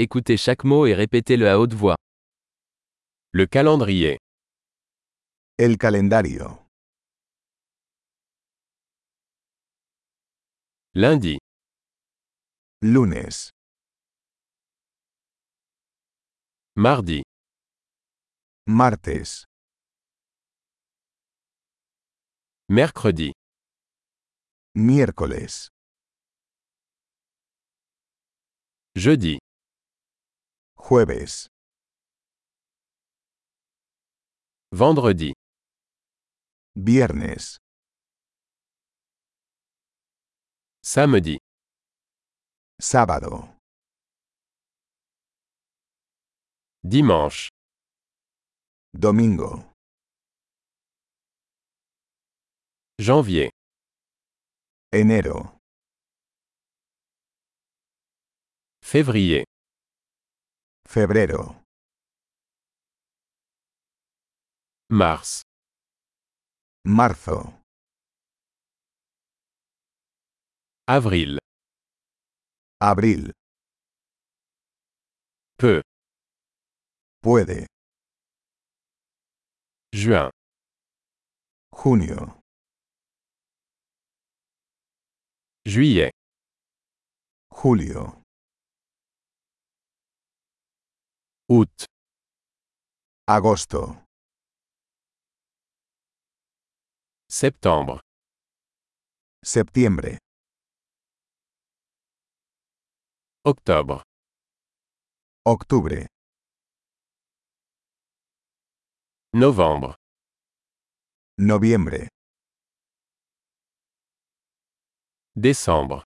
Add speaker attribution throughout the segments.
Speaker 1: Écoutez chaque mot et répétez-le à haute voix. Le calendrier.
Speaker 2: El calendario.
Speaker 1: Lundi,
Speaker 2: Lunes,
Speaker 1: mardi,
Speaker 2: martes,
Speaker 1: mercredi,
Speaker 2: miércoles,
Speaker 1: jeudi,
Speaker 2: jueves,
Speaker 1: vendredi,
Speaker 2: viernes,
Speaker 1: samedi,
Speaker 2: sábado,
Speaker 1: dimanche,
Speaker 2: domingo,
Speaker 1: janvier,
Speaker 2: enero,
Speaker 1: février,
Speaker 2: febrero,
Speaker 1: mars,
Speaker 2: marzo,
Speaker 1: avril,
Speaker 2: abril,
Speaker 1: peu,
Speaker 2: puede,
Speaker 1: juin,
Speaker 2: junio,
Speaker 1: juillet,
Speaker 2: julio,
Speaker 1: août,
Speaker 2: agosto,
Speaker 1: septembre,
Speaker 2: septiembre,
Speaker 1: octobre,
Speaker 2: octubre,
Speaker 1: novembre,
Speaker 2: noviembre,
Speaker 1: décembre,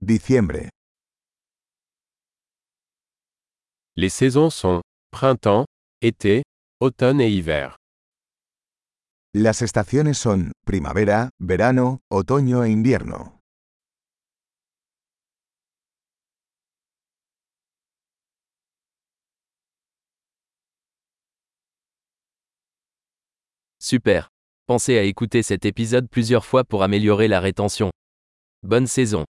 Speaker 2: diciembre.
Speaker 1: les saisons sont printemps, été, automne et hiver.
Speaker 2: Las estaciones son primavera, verano, otoño e invierno.
Speaker 1: Super. Pensez à écouter cet épisode plusieurs fois pour améliorer la rétention. Bonne saison.